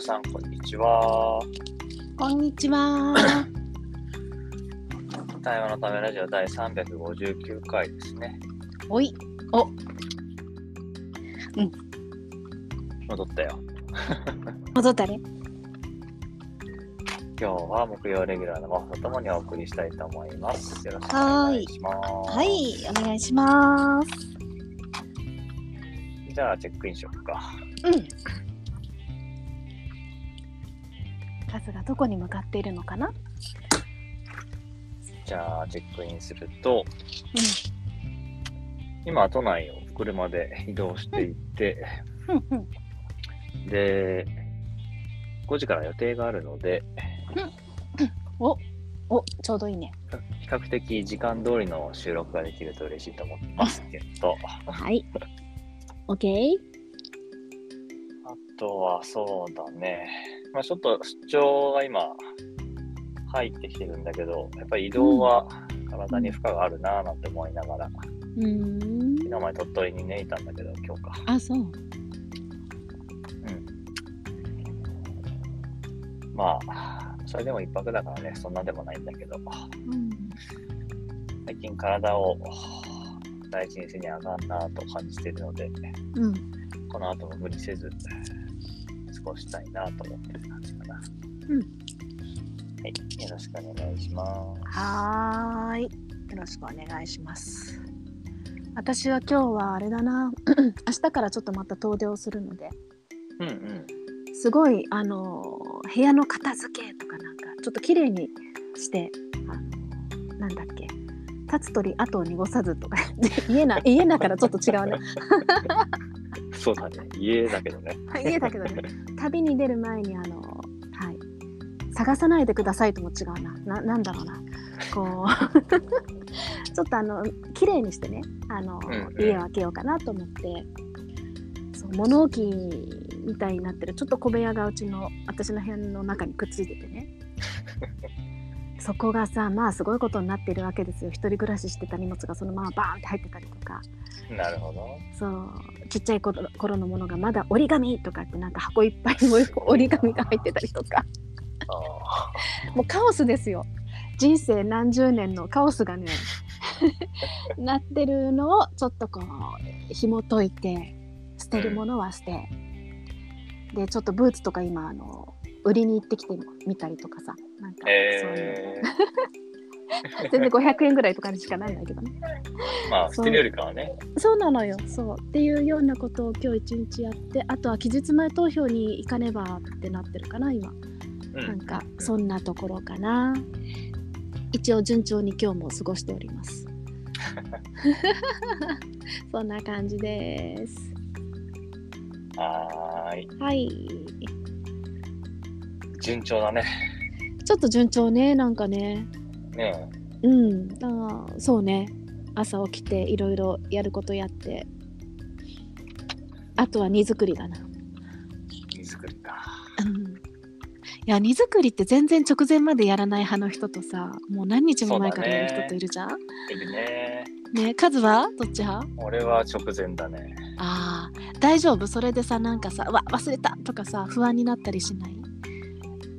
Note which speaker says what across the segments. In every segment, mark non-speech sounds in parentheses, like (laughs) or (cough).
Speaker 1: さん、こんにちは。
Speaker 2: こんにち (coughs) は。
Speaker 1: 台湾のためラジオ第359回ですね。
Speaker 2: おい、
Speaker 1: 戻ったよ。
Speaker 2: 戻ったね。
Speaker 1: 今日は木曜レギュラーのマホとともにお送りしたいと思います。よろしくお願いします。
Speaker 2: は。い、お願いします。
Speaker 1: じゃあ、チェックインしようか。
Speaker 2: うん。カズがどこに向かっているのかな。
Speaker 1: じゃあ、チェックインすると、今、都内を車で移動していて、
Speaker 2: うん、うん、うん。
Speaker 1: で、5時から予定があるので、
Speaker 2: お、ちょうどいいね。
Speaker 1: 比較的時間通りの収録ができると嬉しいと思ってますけど、
Speaker 2: はい。オッケー。
Speaker 1: あとはそうだね、まあ、ちょっと出張が今入ってきてるんだけど、やっぱり移動は体に負荷があるなぁなんて思いながら、
Speaker 2: うーん。
Speaker 1: 昨日まで鳥取にねいたんだけど、今日か。
Speaker 2: あ、そう。
Speaker 1: まあ、それでも一泊だからね、そんなでもないんだけど、
Speaker 2: うん。
Speaker 1: 最近体を大事にせにあかんなぁと感じているので、
Speaker 2: うん。
Speaker 1: この後も無理せず過ごしたいなぁと思ってる感じかな。
Speaker 2: うん
Speaker 1: はい、よろしくお願いします。
Speaker 2: はーい。よろしくお願いします。私は今日はあれだな。 (clears throat) 明日からちょっとまた遠出をするので。
Speaker 1: うんうん。
Speaker 2: すごいあの部屋の片付けとかなんかちょっと綺麗にしてあのなんだっけ立つ鳥後を濁さずとか (laughs) 家な家だからちょっと違うね
Speaker 1: そうだね、家だけどね。
Speaker 2: 家だけどね
Speaker 1: (laughs)
Speaker 2: 旅に出る前にあのはい探さないでくださいとも違うなななんだろうなこう (laughs) ちょっとあの綺麗にしてねあの、
Speaker 1: うんうん
Speaker 2: 家を開けようかなと思ってそう物置みたいになってるちょっと小部屋がうちの私の部屋の中にくっついてて
Speaker 1: (laughs)
Speaker 2: ねそこがさまあすごいことになってるわけですよ一人暮らししてた荷物がそのままバーンって入ってたりとか
Speaker 1: なるほど。
Speaker 2: そうちっちゃい頃頃のものがまだ折り紙とかってなんか箱いっぱいに折り折り紙が入ってたり (laughs) とか
Speaker 1: あ
Speaker 2: もうカオスですよ人生何十年のカオスが (laughs) ねなってるのをちょっとこう紐解いて捨てるものは捨て、でちょっとブーツとか今あの売りに行ってきてみたりとかさなんか
Speaker 1: ー
Speaker 2: そういう、
Speaker 1: え
Speaker 2: 全然500円ぐらいとかにしかないんだけどね
Speaker 1: ー、ま
Speaker 2: (laughs)
Speaker 1: あ、捨てるよりかはね。
Speaker 2: そうなのよそうっていうようなことを今日一日やってあとは期日前投票に行かねばってなってるかな今、
Speaker 1: う
Speaker 2: なん
Speaker 1: ん。
Speaker 2: かそんなところかな一応順調に今日も過ごしておりますそんな感じです
Speaker 1: はーい。
Speaker 2: はい
Speaker 1: 順調だね。
Speaker 2: ちょっと順調ねなんかね
Speaker 1: ね
Speaker 2: うんだからそうね朝起きていろいろやることやってあとは荷造りだな
Speaker 1: え、荷造りか。
Speaker 2: うんいや荷造りって全然直前までやらない派の人とさもう何日も前からやる人といるじゃんね
Speaker 1: いいね。
Speaker 2: カズはどっち派
Speaker 1: 俺は直前だね。
Speaker 2: あー大丈夫それでさなんかさ「うわ忘れた!」とかさ不安になったりしない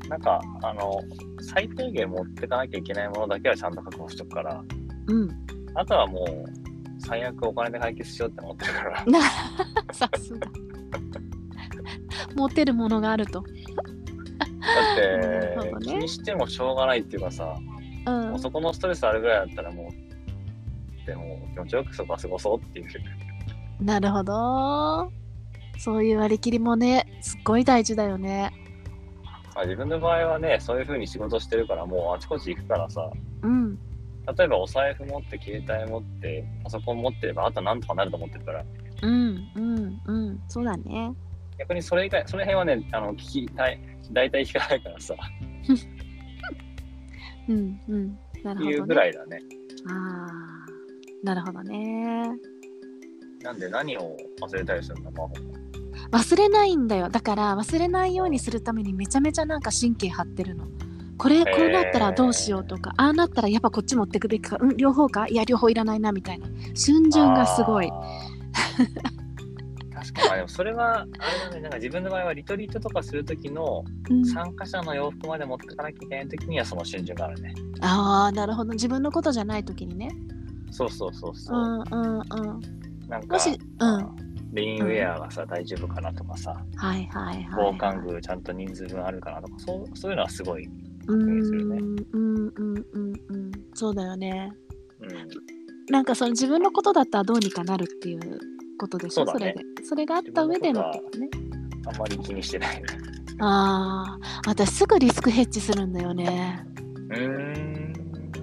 Speaker 1: なんか、あの、最低限持ってかなきゃいけないものだけはちゃんと確保しとくから、
Speaker 2: うん (laughs)
Speaker 1: あとはもう、最悪お金で解決しようって思ってる
Speaker 2: (laughs)
Speaker 1: から。
Speaker 2: なさすが持てるものがあると、
Speaker 1: だ
Speaker 2: なる
Speaker 1: っ
Speaker 2: ほ
Speaker 1: て、
Speaker 2: どね
Speaker 1: 気にしてもしょうがないっていうかさ、
Speaker 2: うん
Speaker 1: もう、そこのストレスあるぐらいだったらもう、でも気持ちよくそこは過ごそうっていう。
Speaker 2: なるほどそういう割り切りもねすっごい大事だよね
Speaker 1: まあ、自分の場合はね、そういう風に仕事してるから、もうあちこち行くからさ、
Speaker 2: うん
Speaker 1: 例えばお財布持って、携帯持って、パソコン持ってれば、あとなんとかなると思ってるから、
Speaker 2: うんうんうんそうだね
Speaker 1: 逆にそれ以外、その辺はね、あの聞きたい、大体聞かないからさ、
Speaker 2: うんうんなる
Speaker 1: って
Speaker 2: ほど、ね、
Speaker 1: いうぐらいだね。
Speaker 2: あーなるほどね
Speaker 1: なんで何を忘れたりするんだ、魔法。
Speaker 2: 忘れないんだよだから忘れないようにするためにめちゃめちゃなんか神経張ってるのこれこうなったらどうしようとか、ああなったらやっぱこっち持ってくべきかうん両方かいや両方いらないなみたいな瞬順がすごい
Speaker 1: あー。確かに。まあでもそれは、あれだね、なんか自分の場合はリトリートとかするときの
Speaker 2: うん
Speaker 1: 参加者の洋服まで持ってかなきゃいけないときにはその瞬順があるね。
Speaker 2: ああなるほど自分のことじゃない時にね
Speaker 1: そうそうそう
Speaker 2: う
Speaker 1: そう。
Speaker 2: んうんうん
Speaker 1: なんか
Speaker 2: もしうんはい
Speaker 1: レインウェアがさ、大丈夫かなとかさ、
Speaker 2: はいはい
Speaker 1: 防寒具ちゃんと人数分あるかなとか、そうそういうのはすごい。
Speaker 2: う
Speaker 1: 気
Speaker 2: ん
Speaker 1: に
Speaker 2: う
Speaker 1: するね
Speaker 2: んうんうんうんそうだよね
Speaker 1: うん、
Speaker 2: なんかその自分のことだったらどうにかなるっていうことでし
Speaker 1: そ
Speaker 2: ょ
Speaker 1: うだね
Speaker 2: れでそれがあった上でのってことね
Speaker 1: あんまり気にしてない。う
Speaker 2: ああ私すぐリスクヘッジするんだよね
Speaker 1: ーん。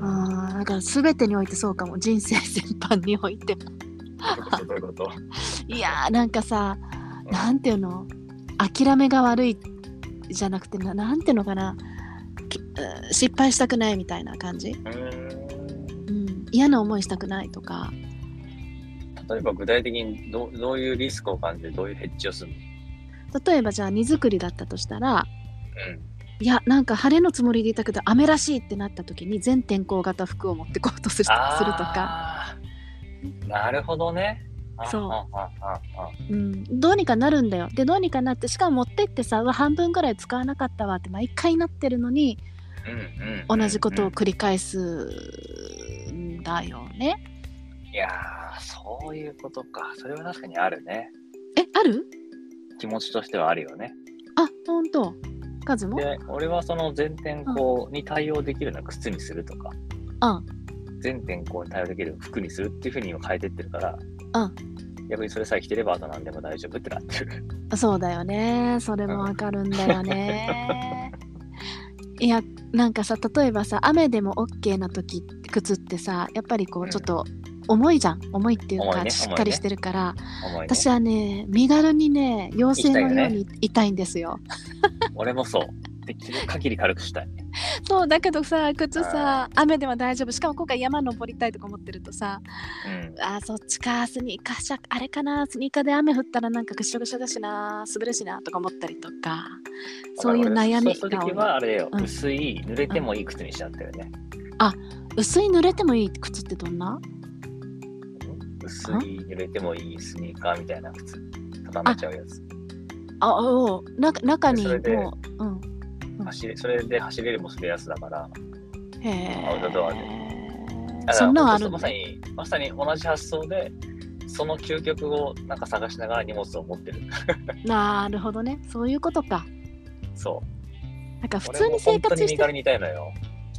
Speaker 2: あーだから全てにおいてそうかも人生全般においても
Speaker 1: どういうことどういうこ
Speaker 2: いやーなんかさ
Speaker 1: と
Speaker 2: なんていうの諦めが悪いじゃなくてななんていうのかなきうん失敗したくないみたいな感じ、
Speaker 1: うーん
Speaker 2: うん、嫌な思いしたくないとか
Speaker 1: 例えば具体的にどうどういうリスクを感じてどういうヘッジをするの
Speaker 2: 例えばじゃあ荷造りだったとしたらいやなんか晴れのつもりでいたけど雨らしいってなった時に全天候型服を持ってこうとするするとか、
Speaker 1: あーなるほどね。あ
Speaker 2: そう
Speaker 1: ああああ
Speaker 2: うん、どうにかなるんだよでどうにかなってしかも持ってってさうわ半分ぐらい使わなかったわって毎回なってるのに
Speaker 1: うんうんうんうん
Speaker 2: 同じことを繰り返すんだよね。
Speaker 1: いやーそういうことかそれは確かにあるね
Speaker 2: えある
Speaker 1: 気持ちとしてはあるよね
Speaker 2: あ本当カズも
Speaker 1: で俺はその全天候に対応できるような靴にするとか、
Speaker 2: うん
Speaker 1: 全天候に対応できる服にするっていうふうに今変えてってるから、
Speaker 2: うん
Speaker 1: 逆にそれさえ着てればあと何でも大丈夫ってなってる
Speaker 2: そうだよねそれもわかるんだよね。いやなんかさ例えばさ雨でも OK な時靴ってさやっぱりこ
Speaker 1: う
Speaker 2: うんちょっと重いじゃん、重いっていう
Speaker 1: 重い
Speaker 2: か、
Speaker 1: ね
Speaker 2: しっかりしてるから、
Speaker 1: 思いね
Speaker 2: 私はね身軽にね妖精のようにいたいんですよ。
Speaker 1: 俺もそうできる限り軽くしたい
Speaker 2: そうだけどさ靴さ雨でも大丈夫しかも今回山登りたいとか思ってるとさ
Speaker 1: うん
Speaker 2: あーそっちかスニーカーしゃあれかなスニーカーで雨降ったらなんかぐしゃぐしゃだしな滑るしなとか思ったりとかそういう悩み
Speaker 1: そうする
Speaker 2: が
Speaker 1: と
Speaker 2: 多
Speaker 1: き
Speaker 2: い
Speaker 1: はあれだよ、
Speaker 2: うん
Speaker 1: 薄い濡れてもいい靴にしちゃってるね、
Speaker 2: 薄い濡れてもいい靴ってどんな
Speaker 1: 薄い濡れてもいいスニーカーみたいな靴固めちゃうやつ
Speaker 2: あおうな中に
Speaker 1: それで
Speaker 2: もう、うん、うん
Speaker 1: 走れそれで走れるも滑りやすだから
Speaker 2: へえ
Speaker 1: アウトドアでだから
Speaker 2: そんなのある
Speaker 1: 本
Speaker 2: の
Speaker 1: 当そうまさにまさに同じ発想でその究極をなんか探しながら荷物を持ってる (laughs)
Speaker 2: なるほどねそういうことか
Speaker 1: そう
Speaker 2: なんか普通に生
Speaker 1: 俺も本当
Speaker 2: 活
Speaker 1: に
Speaker 2: し
Speaker 1: 身
Speaker 2: て
Speaker 1: 軽にいたいのよ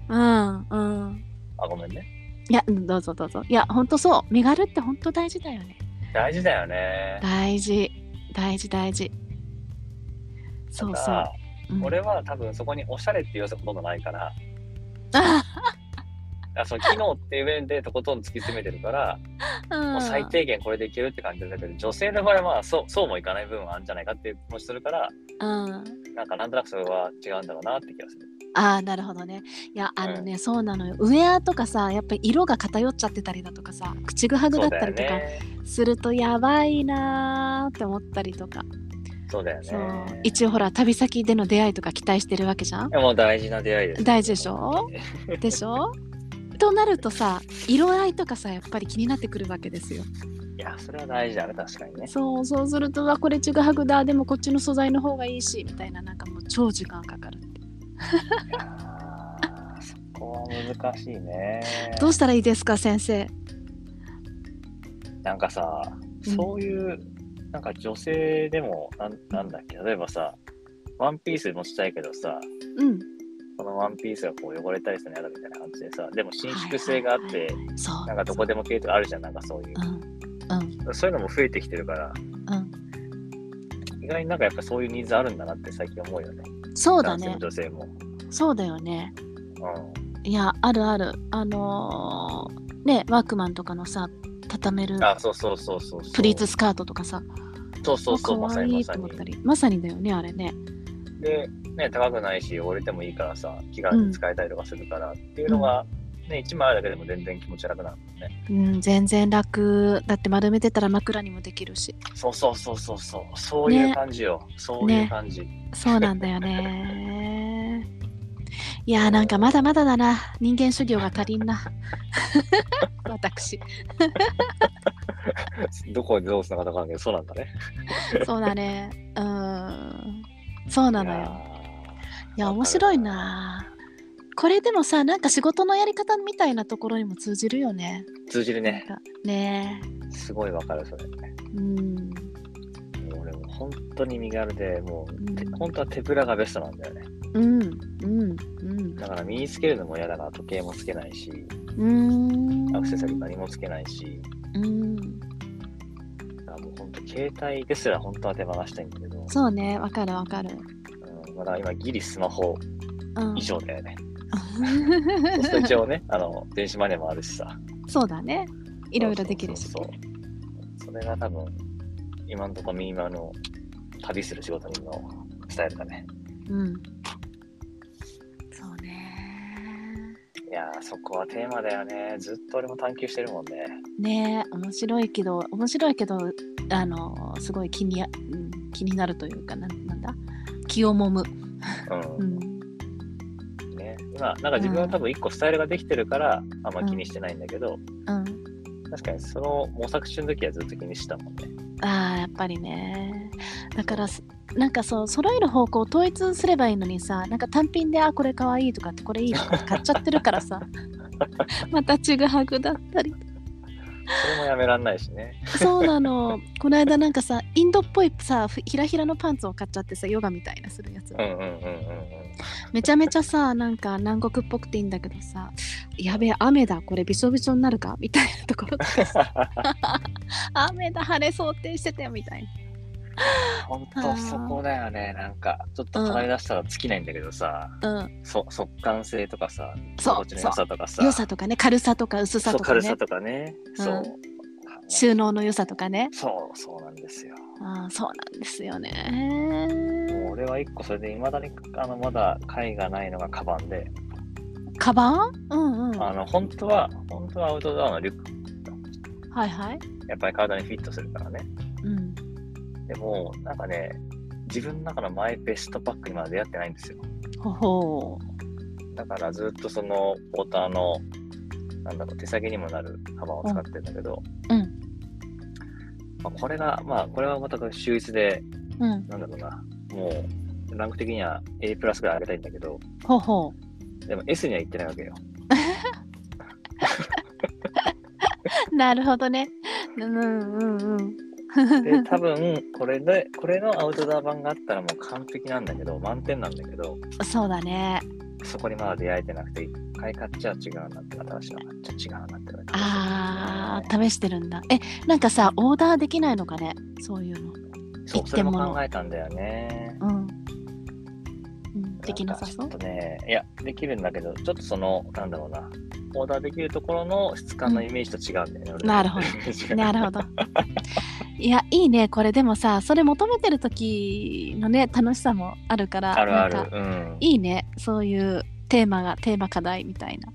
Speaker 2: うんうん
Speaker 1: あごめんね
Speaker 2: いやうんどうぞどうぞいやほんとそう身軽ってほんと大事だよね
Speaker 1: 大事だよね
Speaker 2: 大事大事大事そう
Speaker 1: た
Speaker 2: そう
Speaker 1: だ、
Speaker 2: うん
Speaker 1: 俺は多分そこにおしゃれっていう要素ほとんどないから
Speaker 2: あ
Speaker 1: あその機能っていう面でとことん突き詰めてるから、もう最低限これでいけるって感じだけど女性の場合はまあそうそうもいかない部分はあるんじゃないかっていう気もするから
Speaker 2: うん
Speaker 1: なんかなんとなくそれは違うんだろうなって気がする
Speaker 2: ああなるほどねいやあのね、そうなのよウェアとかさやっぱり色が偏っちゃってたりだとかさ口ぐはぐだ
Speaker 1: そ
Speaker 2: っ
Speaker 1: う
Speaker 2: た
Speaker 1: だ
Speaker 2: り
Speaker 1: よ
Speaker 2: とか
Speaker 1: ね
Speaker 2: するとやばいなーって思ったりとか
Speaker 1: そうだよ
Speaker 2: そう
Speaker 1: ね
Speaker 2: 一応ほら旅先での出会いとか期待してるわけじゃん
Speaker 1: いやもう大事な出会いですよ
Speaker 2: 大事でし (laughs) ょでしょとなるとさ色合いとかさやっぱり気になってくるわけですよ
Speaker 1: いやそれは大事だね確かにね
Speaker 2: そうそうするとあこれちぐはぐだでもこっちの素材の方がいいしみたいななんかもう超時間かかる
Speaker 1: いやーそこは難しいね
Speaker 2: どうしたらいいですか先生
Speaker 1: なんかさ
Speaker 2: うん
Speaker 1: そういうなんか女性でもなんなんだっけ例えばさワンピース持ちたいけどさ
Speaker 2: うん
Speaker 1: このワンピースがこう汚れたりするのやだみたいな感じでさでも伸縮性があって、
Speaker 2: はいはいはいそう
Speaker 1: なんかどこでも系統あるじゃんなんかそういう
Speaker 2: う、んうん
Speaker 1: そういうのも増えてきてるから
Speaker 2: うん
Speaker 1: 意外になんかやっぱそういうニーズあるんだなって最近思うよね
Speaker 2: そうだ
Speaker 1: 男性
Speaker 2: ね
Speaker 1: も女性も、
Speaker 2: そうだよね
Speaker 1: うん、
Speaker 2: いやあるあるあのーねワークマンとかのさ畳める
Speaker 1: あそうそうそうそうそう
Speaker 2: プリーツスカートとかさ
Speaker 1: そうそうそうま
Speaker 2: 可
Speaker 1: さに
Speaker 2: 愛
Speaker 1: ま
Speaker 2: い
Speaker 1: さ
Speaker 2: と思
Speaker 1: に
Speaker 2: ったりまさにだよねあれね
Speaker 1: で、ね、高くないし汚れてもいいからさ気軽に使えたりとかするから、っていうのが、ね、1枚あるだけでも全然気持ち楽なのね
Speaker 2: うん全然楽だって丸めてたら枕にもできるし
Speaker 1: そうそうそうそうそうそういう
Speaker 2: ね
Speaker 1: 感じよ、そういう
Speaker 2: ね
Speaker 1: 感
Speaker 2: (laughs)
Speaker 1: じ、
Speaker 2: そうなんだよ (laughs) ねいやーなんかまだまだだな人間修行が足りんな私
Speaker 1: どこでどうつながったかわかんないけど、そうなんだね。
Speaker 2: そうだね。うん。そうなのよ。い
Speaker 1: いやー
Speaker 2: や、面白いな。これでもさ、なんか仕事のやり方みたいなところにも通じるよね。
Speaker 1: 通じるね。
Speaker 2: なんかね
Speaker 1: すごいわかる、それ。
Speaker 2: え。うん。
Speaker 1: もう俺も本当に身軽で、もう、て
Speaker 2: うん
Speaker 1: 本当は手ぶらがベストなんだよね。
Speaker 2: うん。うん。うん。
Speaker 1: だから身につけるのも嫌だから時計もつけないし、
Speaker 2: うーん。
Speaker 1: アクセサリー何もつけないし、
Speaker 2: うん。
Speaker 1: だからもう本当携帯ですら本当は手放したいんだけど、
Speaker 2: そうね、わかるわかる。
Speaker 1: うん、まだ今ギリスマホ
Speaker 2: うん
Speaker 1: 以。上だよね。そうすると一応ね、あの、電子マネーもあるしさ。
Speaker 2: (laughs) そうだね。いろいろできるし。
Speaker 1: そうそうそうそれが多分、今のところミニマルの旅する仕事のスタイルだね。
Speaker 2: うん。そうね。
Speaker 1: いやー、そこはテーマだよね。ずっと俺も探求してるもんね。
Speaker 2: ねえ、面白いけど、面白いけど、あの、すごい気に、うん、気になるというか、なんなんだ気をもむ。
Speaker 1: う。
Speaker 2: うんん。
Speaker 1: ね、今、なんか自分は多分一個スタイルができてるから、あんま気にしてないんだけど、
Speaker 2: うん。
Speaker 1: 確かにその模索中の時はずっと気にしてたもんね。
Speaker 2: ああ、やっぱりね。だから、すなんかそう、揃える方向を統一すればいいのにさ、なんか単品で、あ、これかわいいとかって、これいいとかって買っちゃってるからさ、またちぐはぐだったり
Speaker 1: それもやめらんないしね。
Speaker 2: そうなの。この間なんかさ、インドっぽいさ、ふひらひらのパンツを買っちゃってさ、ヨガみたいなするやつ
Speaker 1: う。んうんうんうんうん。
Speaker 2: めちゃめちゃさ、なんか南国っぽくていいんだけどさ、やべえ、雨だ、これびしょびしょになるかみたいなところとかさ雨だ、晴れ想定してたよみたいな。
Speaker 1: 本当そこだよね。なんか、ちょっと払い出したら尽きないんだけどさ、
Speaker 2: うん。
Speaker 1: そ速乾性とかさ、
Speaker 2: そ
Speaker 1: 心
Speaker 2: う、
Speaker 1: 地の
Speaker 2: そ
Speaker 1: 良
Speaker 2: う。
Speaker 1: さとかさ、
Speaker 2: 良さとかね、軽さとか薄さ
Speaker 1: そう
Speaker 2: とか
Speaker 1: 軽
Speaker 2: ね
Speaker 1: さ、とかね。
Speaker 2: うん
Speaker 1: そう。
Speaker 2: 収納の良さとかね。
Speaker 1: そう、そうなんですよ。
Speaker 2: あーそうなんですよね。
Speaker 1: もう俺は一個それでいまだにあのまだ貝がないのがカバンで、
Speaker 2: カバンうんうん。
Speaker 1: あ
Speaker 2: は
Speaker 1: の本当は本当はアウトドアのリュック
Speaker 2: いはい。
Speaker 1: やっぱり体にフィットするからね
Speaker 2: うん。
Speaker 1: でもなんかね自分の中のマイベストパックにまだ出会ってないんですよ
Speaker 2: ほほう。
Speaker 1: だからずっとそのポーターのなんだろう手提げにもなるカバンを使ってるんだけど、
Speaker 2: うんう
Speaker 1: まあ、これがまあこれはまた秀逸で
Speaker 2: うん。
Speaker 1: なんだろうなもうランク的には A プラスぐらい上げたいんだけど
Speaker 2: ほほ
Speaker 1: でも S には行ってないわけよ
Speaker 2: う。 (laughs) なるほどね。うんうんうん。 (laughs)
Speaker 1: で多分これでこれのアウトドア版があったらもう完璧なんだけど満点なんだけど
Speaker 2: そうだね。
Speaker 1: そこにまだ出会えてなくて一回買っちゃ違うなって新しいの買っちゃ違うなってなって
Speaker 2: ああ、試してるんだ。え、なんかさ、オーダーできないのかね、そういうの。
Speaker 1: そう、
Speaker 2: 一
Speaker 1: それ
Speaker 2: 点
Speaker 1: も
Speaker 2: 物
Speaker 1: 考えたんだよね。
Speaker 2: うん。うん、できなさそ
Speaker 1: ん
Speaker 2: う
Speaker 1: かちょ。っとね、いや、できるんだけど、ちょっとその、なんだろうな、オーダーできるところの質感のイメージと違うんだよね。俺の
Speaker 2: なるほど
Speaker 1: イメー (laughs) ジが
Speaker 2: なるほど。いや、いいね、これでもさ、それ求めてる時のね、楽しさもあるから。
Speaker 1: あるあ
Speaker 2: なん
Speaker 1: る。
Speaker 2: か
Speaker 1: うん。
Speaker 2: いいね、そういうテーマが、テーマ課題みたいな。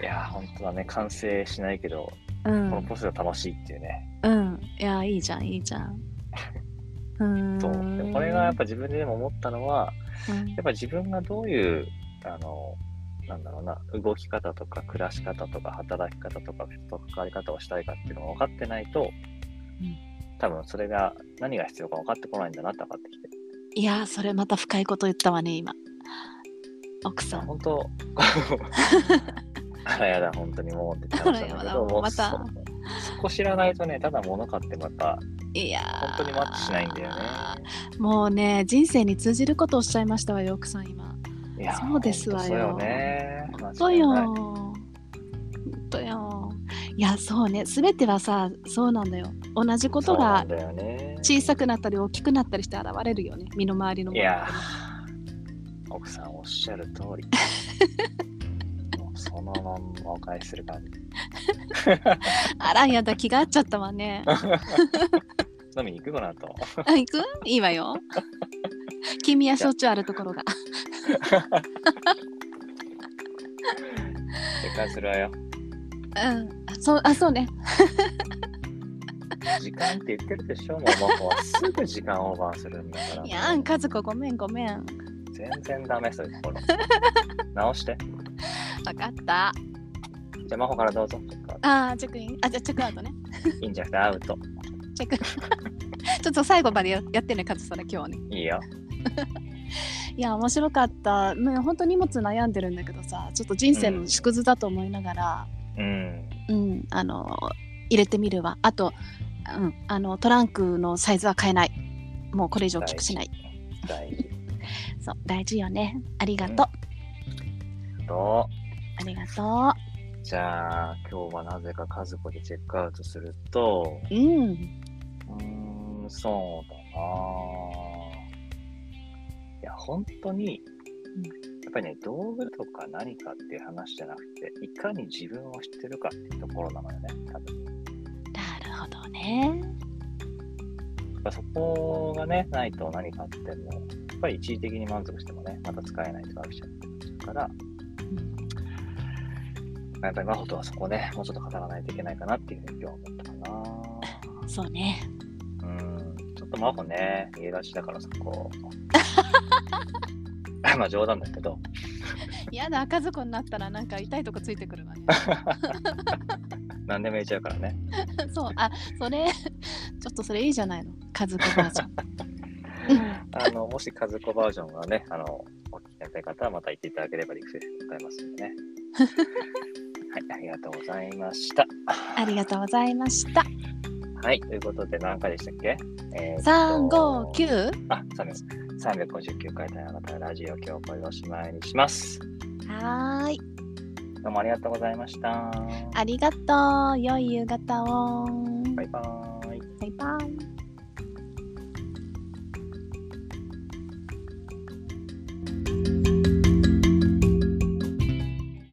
Speaker 1: いや、本当だね、完成しないけど、
Speaker 2: う
Speaker 1: この
Speaker 2: ん、
Speaker 1: ポスが楽しいっていうね。
Speaker 2: うん、いや、いいじゃん、いいじゃん。う
Speaker 1: そう。で
Speaker 2: ーん。
Speaker 1: もこれがやっぱ自分でも思ったのは、
Speaker 2: うん
Speaker 1: やっぱ自分がどういう、あの、なんだろうな、動き方とか暮らし方とか働き方とか人と関わり方をしたいかっていうのが分かってないと、
Speaker 2: うん
Speaker 1: 多分それが何が必要か分かってこないんだなって分かってきて。
Speaker 2: いや、それまた深いこと言ったわね、今。奥さん。
Speaker 1: 本
Speaker 2: (laughs)
Speaker 1: 当あらやだ本当にもうって話なんだけ
Speaker 2: あらやだ
Speaker 1: どもう
Speaker 2: また
Speaker 1: そそこ知らないとねただ物買ってもやっぱ
Speaker 2: いやー
Speaker 1: 本当にマッチしないんだよね
Speaker 2: もうね人生に通じることをおっしゃいましたわよ奥さん今
Speaker 1: いや
Speaker 2: そうですわよ
Speaker 1: 本当そうよね
Speaker 2: 本当よ本当よいやそうね全てはさそうなんだよ同じことが小さ
Speaker 1: く
Speaker 2: くなったり大きくなったりして現れるよね身の回りの
Speaker 1: い
Speaker 2: もの
Speaker 1: やー奥さんおっしゃる通りもうそのまんまお返しする感じ
Speaker 2: あらやだ気が合っちゃった
Speaker 1: (laughs)
Speaker 2: わね
Speaker 1: 飲みに行くかなと
Speaker 2: あ行くいいわよ君はしょっちゅうあるところが
Speaker 1: 絶対するわよ
Speaker 2: うんあそうあそうね
Speaker 1: 時間って言ってるでしょもう真帆はすぐ時間オーバーするんだから
Speaker 2: いやん和子ごめんごめんわ
Speaker 1: 全然ダメそういうとこ
Speaker 2: (laughs)
Speaker 1: ろ直して
Speaker 2: かった
Speaker 1: じゃあ真帆からどうぞ
Speaker 2: あーチェックインあじゃあチェックアウトね
Speaker 1: いいんじゃなくてアウト。
Speaker 2: チェック (laughs) ちょっと最後までややってねカズさん今日はね
Speaker 1: いいよ。
Speaker 2: いや面白かったね本当荷物悩んでるんだけどさちょっと人生の縮図だと思いながら、
Speaker 1: うん。
Speaker 2: うんあの入れてみるわあと、うん、あのトランクのサイズは変えないもうこれ以上大きくしない
Speaker 1: 大事
Speaker 2: そう大事よねありがとう、
Speaker 1: と。
Speaker 2: ありがと
Speaker 1: じゃあ、今日はなぜか和子でチェックアウトすると、
Speaker 2: ううん
Speaker 1: うーん、そうだなぁいや、本当に
Speaker 2: うん、
Speaker 1: やっぱりね、道具とか何かっていう話じゃなくて、いかに自分を知ってるかっていうところなのよね、多分。
Speaker 2: なるほどね
Speaker 1: やっぱそこがね、ないと何かあっても、やっぱり一時的に満足してもね、また使えないとかあるじゃん。だから、やっぱり真帆とはそこね、もうちょっと語らないといけないかなっていうふうに今日は思ったかな
Speaker 2: そうね
Speaker 1: うんちょっと真帆ね、逃げがちだからそこ。 (laughs) まあ冗談だけど、
Speaker 2: やだ赤ずこになったらなんか痛いとこついてくるわね
Speaker 1: 何でも言えちゃうからね。
Speaker 2: (laughs) そうあそれちょっとそれいいじゃないの和子バー (laughs) ジョン
Speaker 1: あの、もし和子バージョンがね、あの、お聞きになりたい方はまた言っていただければリクエストございますん
Speaker 2: (laughs)
Speaker 1: でね。はい、ありがとうございました。
Speaker 2: ありがとうございました
Speaker 1: はい、ということで何回でしたっけえーっと
Speaker 2: 三五九
Speaker 1: あ、3です。359回対あなたのラジオ今日これでおしまいにします。
Speaker 2: はーい
Speaker 1: どうもありがとうございました。
Speaker 2: ありがとう良い夕方を
Speaker 1: バイバーイ。
Speaker 2: バイバイ